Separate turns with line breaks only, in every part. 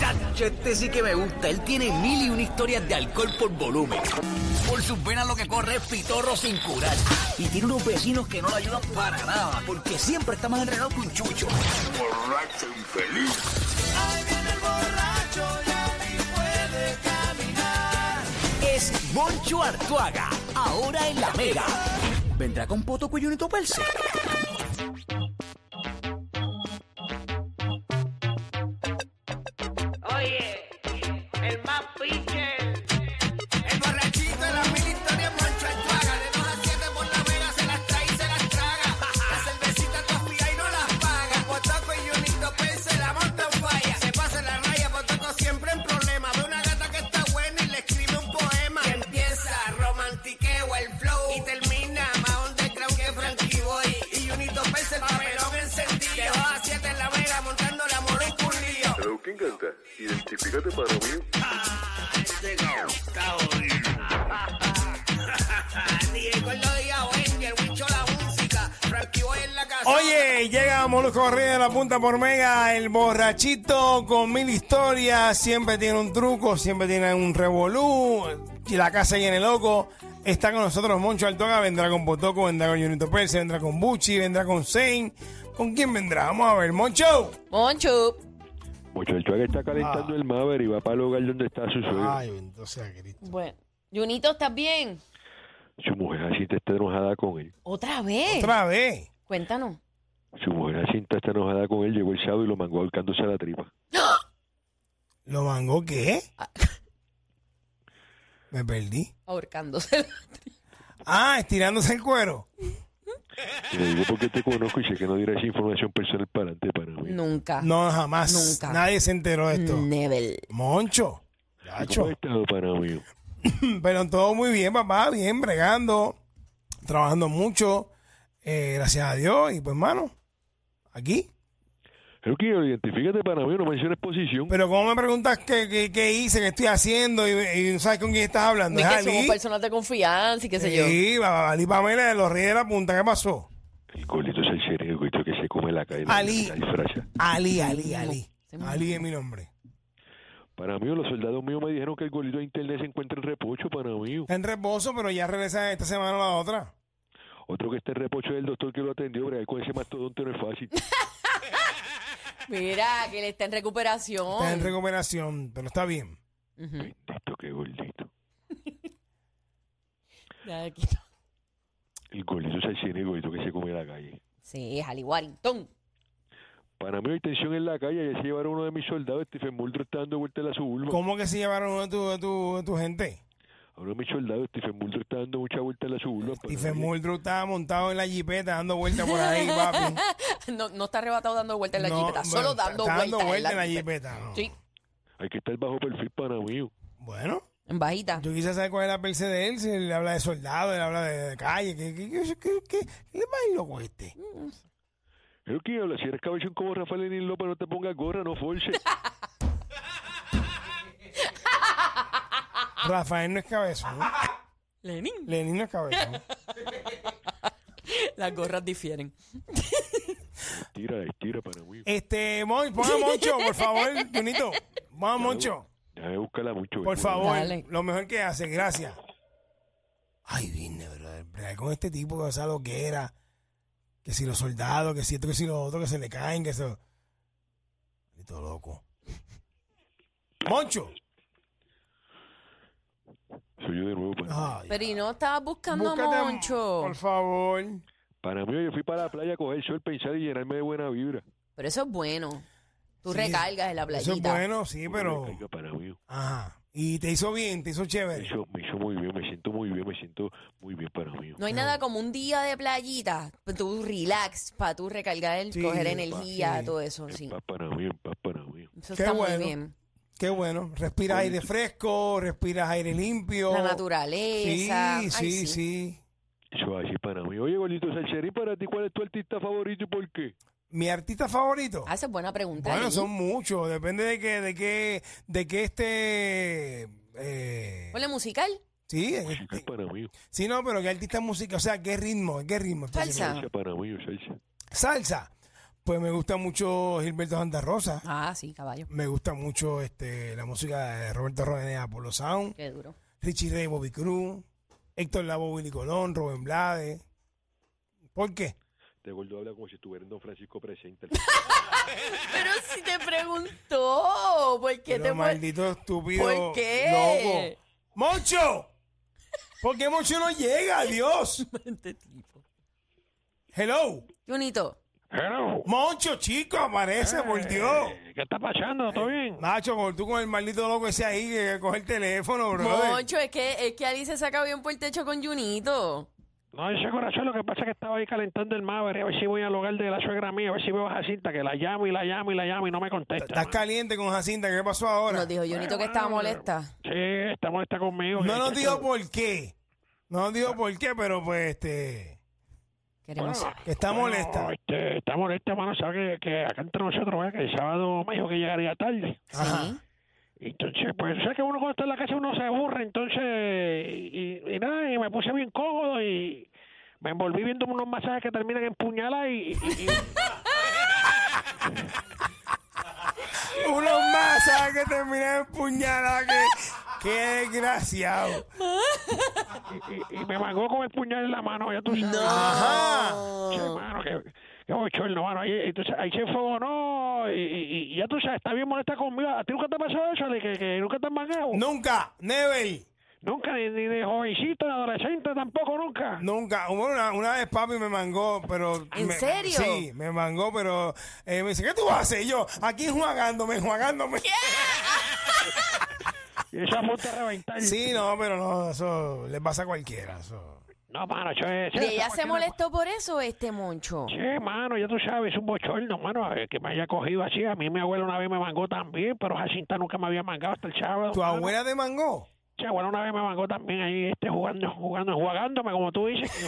Nacho, este sí que me gusta. Él tiene mil y una historias de alcohol por volumen. Por sus venas lo que corre es pitorro sin curar. Y tiene unos vecinos que no lo ayudan para nada, porque siempre está más entrenado que un chucho.
borracho infeliz.
Es Moncho Artuaga, ahora en la Mega. ¿Vendrá con Poto Cuyunito Perse?
Oye, el más pinche.
El borrachito de la mil historias Moncho Arzuaga. De 2 a 7 por la vega se las trae y se las traga. La cervecita confía y no las paga. Potoco y Junito Pérez se la monta en falla. Se pasa en la raya, Potoco siempre en problema. Ve una gata que está buena y le escribe un poema. Que empieza romantiqueo el flow y termina más underground que Frankie Boy. Y Junito Pérez el papelón encendido. De 2 a 7 en la vega montando la moro y culillo.
Pero ¿quién canta? Identificate para mí.
Diego el lo diga, Wendy, el huicho la música. Frankie Boy en la casa.
Oye, llega Molusco Reyes de la Punta por Mega, el borrachito con mil historias, siempre tiene un truco, siempre tiene un revolú, y la casa llena de loco. Está con nosotros Moncho Altoga, vendrá con Potoco, vendrá con Junito Perse, vendrá con Buchi, vendrá con Sein. ¿Con quién vendrá? Vamos a ver, Moncho.
Moncho.
Mucho el chuaque está
Ah.
calentando el Maver y va para el hogar donde está su suegro.
Ay, bendito sea Cristo.
Bueno. Junito, ¿estás bien?
Su mujer Jacinta está enojada con él.
¿Otra vez?
Otra vez.
Cuéntanos.
Su mujer Jacinta está enojada con él. Llegó el sábado y lo mangó ahorcándose a la tripa.
¿Lo mangó qué? Me perdí.
Ahorcándose.
Ah, estirándose el cuero.
Y le digo porque te conozco y sé que no dirás información personal para adelante para mí.
Nunca.
No, jamás.
Ah, Nunca.
Nadie se enteró de esto.
Never.
Moncho.
¿Cómo
Chacho.
ha estado para mí?
Pero todo muy bien, papá, bien, bregando, trabajando mucho, eh, gracias a Dios. Y pues, mano, aquí.
Pero quiero identifícate para mí, no menciones posición.
Pero como me preguntas qué, qué- qué hice, qué estoy haciendo y, y no sabes con quién estás hablando,
Ni
es
que
Ali.
somos personas de confianza y qué sé yo.
Sí, va- Ali Pamela de los Reyes de la Punta, ¿qué pasó?
El colito es el cerebro, el colito que se come la calle. la-
Ali.
la disfraza.
Ali, Ali, Ali.
Se murió.
Ali es mi nombre.
Para mí, los soldados míos me dijeron que el golito de internet se encuentra en repocho para mí.
Está en reposo, pero ya regresa esta semana o la otra.
Otro que está en repocho es el doctor que lo atendió, pero con ese mastodonte no es fácil.
Mira, que él está en recuperación.
Está en recuperación, pero está bien.
Ujú.
Bendito, qué gordito.
Ya, aquí está.
El golito es el cine, el golito que se come la calle.
Sí, es Ali Warrington.
Para mí, hay tensión en la calle. Ya se llevaron uno de mis soldados. Stephen Muldrow está dando vuelta a la suburba.
¿Cómo que se llevaron uno de tu, de tu, de tu gente?
A uno de mis soldados, Stephen Muldrow está dando mucha vuelta a la suburba. para
Y
mí.
Muldrow estaba montado en la jipeta dando vueltas por ahí, papi.
No, no está arrebatado dando vueltas en la
No,
jipeta, solo
bueno,
dando
está
vueltas.
dando vueltas en la
jipeta.
jipeta. ¿no?
Sí,
Hay que estar bajo perfil para mí.
Bueno,
en bajita.
yo quisiera saber cuál es la perse de él, si él habla de soldado, él habla de, de calle, ¿qué, qué, qué, qué, qué- qué le va el loco a este?
Pero que habla, si eres cabezón como Rafael Lenín López, no te pongas gorra, no force.
Rafael no es cabezón, ¿no?
Lenin.
Lenín no es cabezón.
Las gorras difieren.
Estira, estira para mí.
Este, Mon, ponga Moncho, por favor, Junito. Vamos, Moncho,
Déjame buscarla mucho.
por
eh,
favor,
Dale.
lo mejor que hace, gracias. Ay, vine, brother, bregar con este tipo que o sea lo que era, que si los soldados, que si esto, que si lo otro, que se le caen, que se... Maldito loco. Moncho.
Soy yo de nuevo. pues. Para,
Ay,
Pero y no estaba buscando
Búscate
a
a-
Moncho.
Por favor.
para mí, yo fui para la playa a coger sol, pensar y llenarme de buena vibra.
Pero eso es bueno. Tú
Sí,
recargas en la playita.
Eso es bueno, sí, pero. Eh.
Venga, para mí.
Ajá. Y te hizo bien, te hizo
Me
chévere.
hizo, me hizo muy bien, me siento muy bien, me siento muy bien para mí.
No hay nada como un día de playita. pa' Tú relax, para tú recargar, el,
Sí,
coger
pa-
energía,
sí.
todo eso.
En
Sí.
paz para mí, en paz para mí.
Eso
Qué
está
bueno.
muy bien.
Qué bueno. Respiras aire fresco, respiras aire limpio.
La naturaleza.
Sí,
Ay,
sí, sí,
sí.
Eso es así para mí. Oye, Golito Salcheri, para ti, ¿cuál es tu artista favorito y por qué?
Mi artista favorito.
Ah, esa es buena pregunta.
Bueno,
Ali.
son muchos. Depende de que, de que, de que este. eh,
Ponle musical.
sí,
Música es
este-
para mí.
sí, no, pero qué artista música, o sea, qué ritmo, qué ritmo.
Salsa.
Salsa para mí, salsa.
Salsa. Pues me gusta mucho Gilberto Santa Rosa.
Ah, sí, caballo.
Me gusta mucho este, la música de Roberto René Apolo Sound,
Qué duro.
Richie Rey, Bobby Cruz, Héctor Lavo, Willy Colón, Rubén Blades. ¿Por qué?
Este gordo habla como si estuviera en Don Francisco presente.
Pero si te preguntó, ¿por qué
Pero
te pon-
maldito estúpido.
¿Por qué?
Loco. ¡Moncho! ¿Por qué Moncho no llega? ¡Dios!
Este tipo.
¡Hello!
Junito,
¡Hello!
¡Moncho, chico! ¡Aparece, por Dios!
eh, ¿Qué está pasando? ¿Todo bien?
Macho, por tú con el maldito loco ese ahí que coge el teléfono, bro.
Moncho, es que, es que Ali se saca bien por el techo con Junito.
No, ese corazón, lo que pasa es que estaba ahí calentando el Maverick, a ver si voy al hogar de la suegra mía, a ver si veo a Jacinta, que la llamo y la llamo y la llamo y no me contesta.
Estás
mano.
caliente con Jacinta, ¿qué pasó ahora?
Nos dijo Junito que estaba molesta.
Sí, está molesta conmigo.
No
que-
nos
que-
dijo por qué. No nos dijo por qué, pero pues este.
Queremos saber.
Que está
Bueno,
molesta.
este, está molesta, mano, sabe que, que acá entre nosotros, ¿verdad? que el sábado me dijo que llegaría tarde.
Sí.
Y Entonces, pues, sé que uno cuando está en la casa uno se aburre, entonces, y, y nada, y me puse bien cómodo y me envolví viendo unos masajes que terminan en puñalas y- y- y
Unos más, ¿sabes? Que terminé en puñalada. Que, qué desgraciado.
y, y me mangó con el puñal en la mano, ya tú sabes.
Ajá.
Che, mano, que, que bochorno, mano. Ahí, entonces, ahí se fue, no, y, y- y ya tú sabes, está bien molesta conmigo. ¿A ti nunca te ha pasado eso? De que, que nunca te han mangado.
Nunca, never.
Nunca, ni, ni de jovencito, de adolescente, tampoco, nunca.
Nunca. Bueno, una, una vez papi me mangó, pero.
¿En
me-
serio?
Sí, me mangó, pero. eh, me dice, ¿qué tú haces? Y yo, aquí enjuagándome, enjuagándome.
Y esa puta reventar.
Sí, no, pero no, eso le pasa a cualquiera. Eso.
No, mano, eso es.
¿Y ella
eso
se
es cualquier-
molestó por eso, este Moncho?
Che, mano, ya tú sabes, es un bochorno, mano, eh, que me haya cogido así. A mí mi abuela una vez me mangó también, pero Jacinta nunca me había mangado hasta el sábado.
¿Tu
Ah.
mano.
abuela te mangó?
Che, abuela una vez me mangó también ahí, este, jugando, jugando, jugándome, como tú dices. que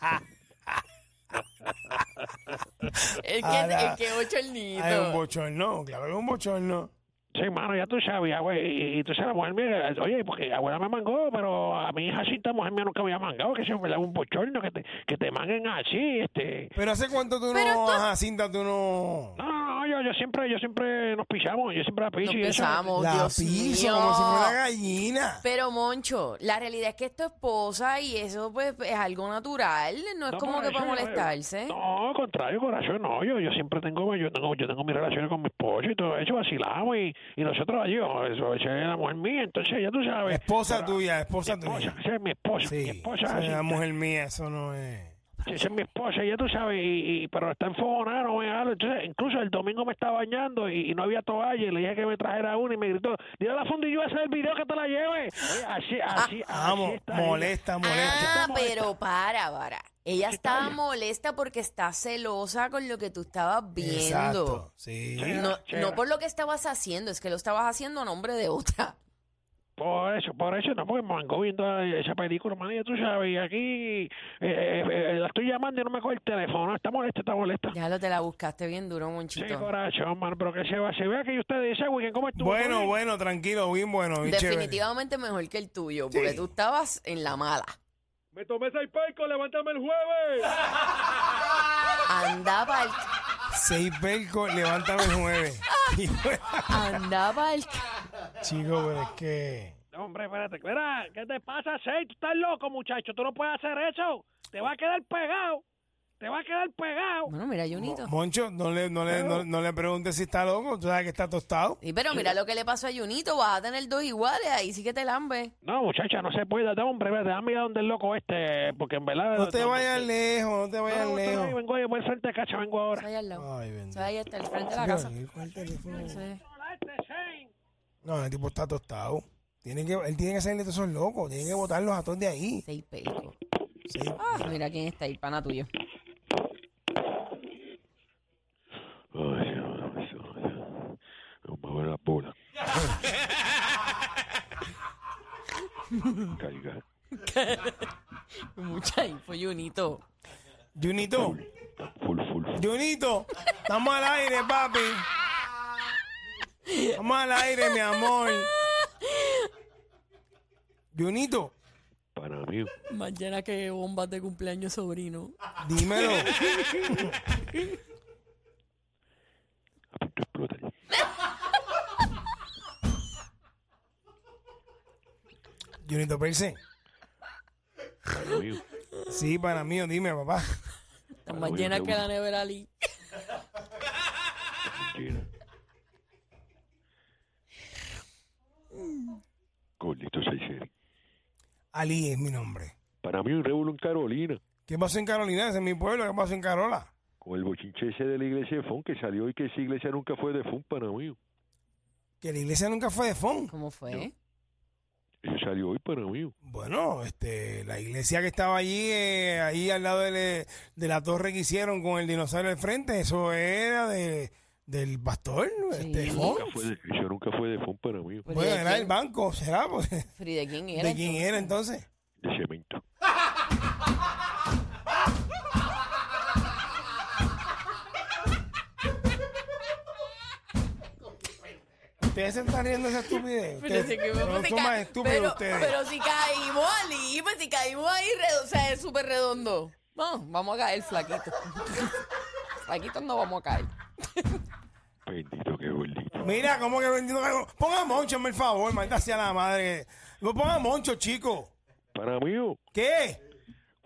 jugándome.
Es
Ahora-
que, es que el
Ah, es un bochorno, claro que es un bochorno.
Sí, mano, ya tú sabes, güey. Y, y tú sabes, la mujer mía, oye, porque abuela me mangó, pero a mi hija sí, esta mujer mía nunca me había mangado, que se me da un bochorno, que te, que te manguen así, este.
Pero ¿hace cuánto tú
Pero
no,
esto-
Jacinta, tú no...
No, no, no, yo, yo siempre, yo siempre nos pisamos, yo siempre la piso
Nos
y eso.
besamos,
la
Oh, Dios
piso
mío.
como si fuera una gallina?
Pero Moncho, la realidad es que es tu esposa y eso pues es algo natural, no es
No,
como que
pero
para
eso yo-
molestarse.
No, al contrario, corazón, no, yo, yo siempre tengo, yo tengo, yo tengo mis relaciones con mi esposo y todo eso, vacilamos y, y nosotros allí, oh, eso, esa es la mujer mía, entonces ya tú sabes.
Esposa
Ahora,
tuya, esposa
mi esposa,
tuya.
esa es mi esposa, mi
Sí,
esposa
esa es la
Jacinta.
mujer mía, eso no es...
Sí, Esa es mi esposa, ya tú sabes, y, y- pero está enfogonada, no me jalo. Entonces, incluso el domingo me estaba bañando y, y no había toalla y le dije que me trajera una y me gritó, dile a la fundi, yo voy a hacer el video que te la lleve. Oye, así, así, así
Vamos,
está ella.
Ah, molesta, molesta.
Ah,
Está molesta.
pero para, para. Ella estaba molesta porque está celosa con lo que tú estabas viendo.
Exacto, sí.
No,
Chela.
no por lo que estabas haciendo, es que lo estabas haciendo a nombre de otra.
Por eso, por eso, no, porque me mangó viendo esa película, man, ya tú sabes, y aquí eh, eh, eh, la estoy llamando y no me coge el teléfono, está molesta, está molesta.
Ya lo te la buscaste bien duro,
Sí,
Monchito.
corazón, man, pero que se va, se vea que usted dice, weekend, ¿cómo estuvo?
Bueno, bueno, tranquilo, bien bueno, bien chévere.
Definitivamente mejor que el tuyo, porque tú estabas en la mala.
Me tomé seis pecos, levántame el jueves.
Andaba el,
Seis percos, levántame el jueves.
andaba el
Chico, pero es que...
No, hombre, espérate, espera, ¿qué te pasa, Sei? Tú estás loco, muchacho, tú no puedes hacer eso. Te va a quedar pegado, te va a quedar pegado.
Bueno, mira, Junito.
Moncho, no le, no, le, no, no le preguntes si está loco, tú sabes que está tostado.
Sí, pero mira lo que le pasó a Junito, vas a tener dos iguales, ahí sí que te lambe.
No, muchacha, no se puede, no, hombre, espérate, déjame ir a donde el loco este, porque en verdad...
No te vayas lejos, no te
No,
vayas
no, no,
lejos.
vengo ahí, voy al frente de cacha, vengo ahora.
Eso ahí al lado.
Ay,
Eso
bendito.
ahí hasta el frente de la casa.
Dios, ¿cuál teléfono?
Sí.
No, el tipo está tostado. Tiene que, él tiene que salir de todos esos locos. Tiene que botarlos a todos de ahí.
Seis pesos. Ah, mira quién está ahí, pana tuyo.
Ay, ay, ay. No me duele la bola. Carga.
Mucha info, Junito.
Junito,
Full, full, full.
Junito, estamos al aire, papi. Estamos al aire, mi amor. Junito,
Para mí.
Más llena que bombas de cumpleaños sobrino.
dímelo.
A punto de explotar.
Junito Perse.
Para mí.
Sí, para mí, dime, papá.
Están más llenas que la nevera Lee.
China. Gordito Seychelles.
Ali es mi nombre.
Para mí un revuelo en Carolina.
¿Qué pasó en Carolina? Ese es mi pueblo. ¿Qué pasó en Carola?
Con el bochinche ese de la iglesia de Fon que salió y que esa iglesia nunca fue de Fon, para mí.
Que la iglesia nunca fue de Fon.
¿Cómo fue?
Eso salió hoy, para mí.
Bueno, este, la iglesia que estaba allí, eh, ahí al lado del, eh, de, la torre que hicieron con el dinosaurio al frente, eso era de, del pastor, este, Fon.
Nunca fue de- eso nunca fue de Fon, para mí.
Frida
Bueno, era
King.
el banco, ¿será? Pues, ¿De
Frida King era.
quién era entonces?
De cemento.
Ustedes se están riendo de esa estupidez.
Pero
Ustedes
si, que-
pero
pues, si
son
ca-
más estúpidos
pero-
ustedes.
pero si caímos ahí, pues si caímos ahí, redo- o sea, es súper redondo. Vamos, vamos a caer flaquito. flaquito no vamos a caer.
Bendito que gordito.
Mira, ¿cómo que bendito? Ponga a Moncho, hazme el favor, maldita sea la madre. No ponga a Moncho, chico.
Para mí,
¿Qué?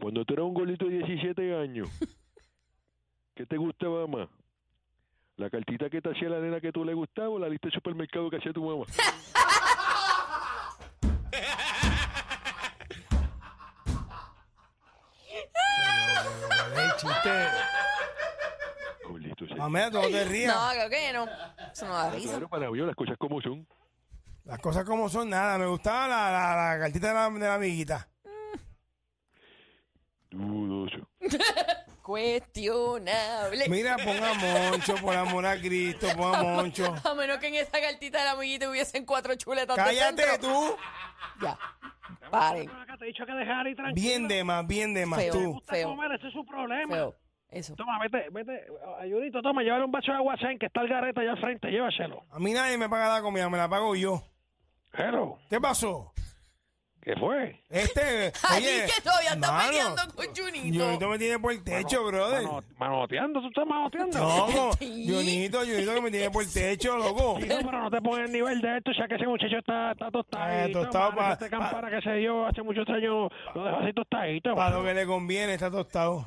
cuando tú eras un gordito de 17 años, ¿qué te gustaba más? ¿La cartita que te hacía la nena que tú le gustaba o la lista de supermercado que hacía tu mamá?
El chiste.
Gordito Seychelles.
Mamá, tú no Ah, te rías.
No, creo que no. Eso no
Ah,
da risa.
Claro, para mí, las cosas como son.
Las cosas como son, nada. Me gustaba la, la, la cartita de la, de la amiguita.
Dudoso.
Cuestionable.
Mira, ponga a Moncho, por amor a Cristo, ponga a Moncho.
A menos que en esa cartita del amiguito hubiesen cuatro chuletas de
Cállate
centro.
tú.
Ya. Paren.
Acá te he dicho que dejar y tranquilo.
Bien de más, bien de más
Feo.
tú.
Feo.
ese es su problema.
Feo. Eso.
Toma, vete, vete. Ayudito, toma, llévale un bacho de aguacén que está el garete allá al frente, llévaselo.
A mí nadie me paga la comida, me la pago yo.
Hello,
¿Qué pasó?
¿qué fue?
Este, oye,
Así que todavía está
mano,
peleando con Junito.
Junito me tiene por el techo, brother.
Mano- manoteando, tú estás manoteando.
No, como,
Sí.
Junito, Junito que me tiene por el techo, loco.
Tito, pero no te pongas el nivel de esto, ya que ese muchacho está, está tostadito.
Eh, tostado
mano,
pa-
ese campana que se dio hace muchos años, lo dejó así tostadito.
Para lo que le conviene, está tostado.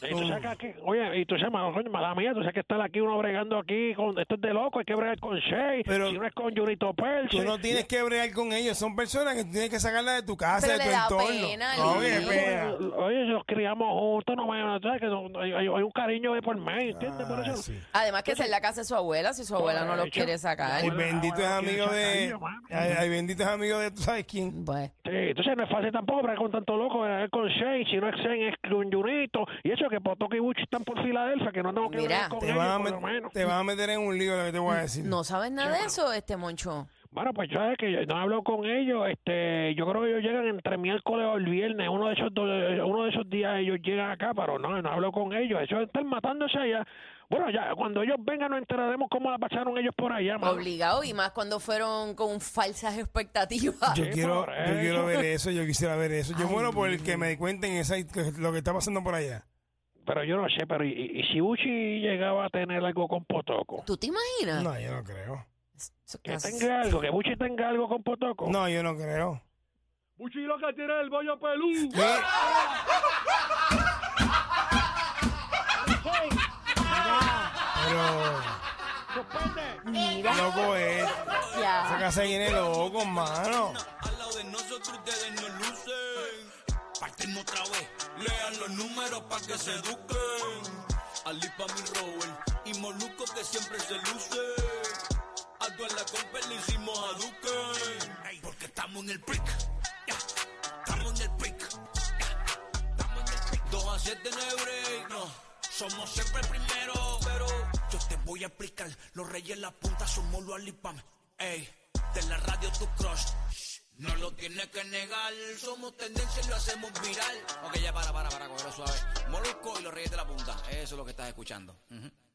Y tú sacas que, oye, y tú sabes, mano, coño, mala mía, tú sabes que estar aquí uno bregando aquí, con, esto es de loco, hay que bregar con Shea,
Pero-
si no es con Junito Perch.
Tú no tienes que bregar con ellos, son personas que tú tienes que sacarlas de tu casa,
Pero
de
le
tu
da
entorno.
pena,
no, qué
Lili.
pena.
Oye, nos criamos juntos, no me no, sabes que son- hay, hay- hay un cariño de por medio, ¿entiendes? por
Ah,
eso.
sí.
Además que es en la casa de su abuela, si su abuela no los
Ay,
quiere
yo-
sacar.
Ay,
Bueno,
bendito es
ahora
amigo
tiene
de.
chacarrillo, mami.
Ay, ay, bendito es amigo de. ¿Tú sabes quién?
Bueno.
Sí, entonces no es fácil tampoco bregar con tanto loco, bregar con Shea, si no es Shea, es con Junito, y eso que Potoki y Buchi están por Filadelfia, que no tengo que
Mira.
bregar con
Te
ellos,
vas, a
por lo
met-
menos. Mm,
te vas a meter en un lío, lo que te voy a decir.
¿No sabes nada de eso, este Moncho?
Bueno, pues sabes que yo no hablo con ellos, este, yo creo que ellos llegan entre miércoles o el viernes, uno de esos do- uno de esos días ellos llegan acá, pero no, no hablo con ellos, ellos están matándose allá. Bueno, ya cuando ellos vengan nos enteraremos cómo la pasaron ellos por allá, mano.
Obligado y más cuando fueron con falsas expectativas.
Yo
Sí,
quiero,
por
yo
eso.
quiero ver eso, yo quisiera ver eso. Yo muero por el que me cuenten esa, lo que está pasando por allá.
Pero yo no sé, pero y, y- y si Uchi llegaba a tener algo con Potoco?
¿Tú te
Ah.
imaginas?
No, yo no creo.
Eso que
Que
hace-
tenga algo, que Uchi tenga algo con Potoco.
No, yo no creo.
Uchi lo que tiene el bollo pelú.
Ve- Pero, loco es. Esa
Ya.
casa viene loco, mano.
Al lado de nosotros ustedes no lucen. Partimos otra vez. Lean los números pa' que se eduquen. Alipa mi Robert y Moluco que siempre se luce. A tu en la compa le hicimos a Duque. Ey, Porque estamos en el pick. ya. Estamos en el pick. ya. Estamos en el pick. 2 a 7 en el break. No. Somos siempre primero, pero yo te voy a explicar. Los reyes en la punta somos los alipam. Ey, de la radio tu crush. Shh, No lo tienes que negar. Somos tendencia y lo hacemos viral. Ok, ya para, para, para, cogerlo suave. Molusco y los reyes de la punta. Eso es lo que estás escuchando. Ujú.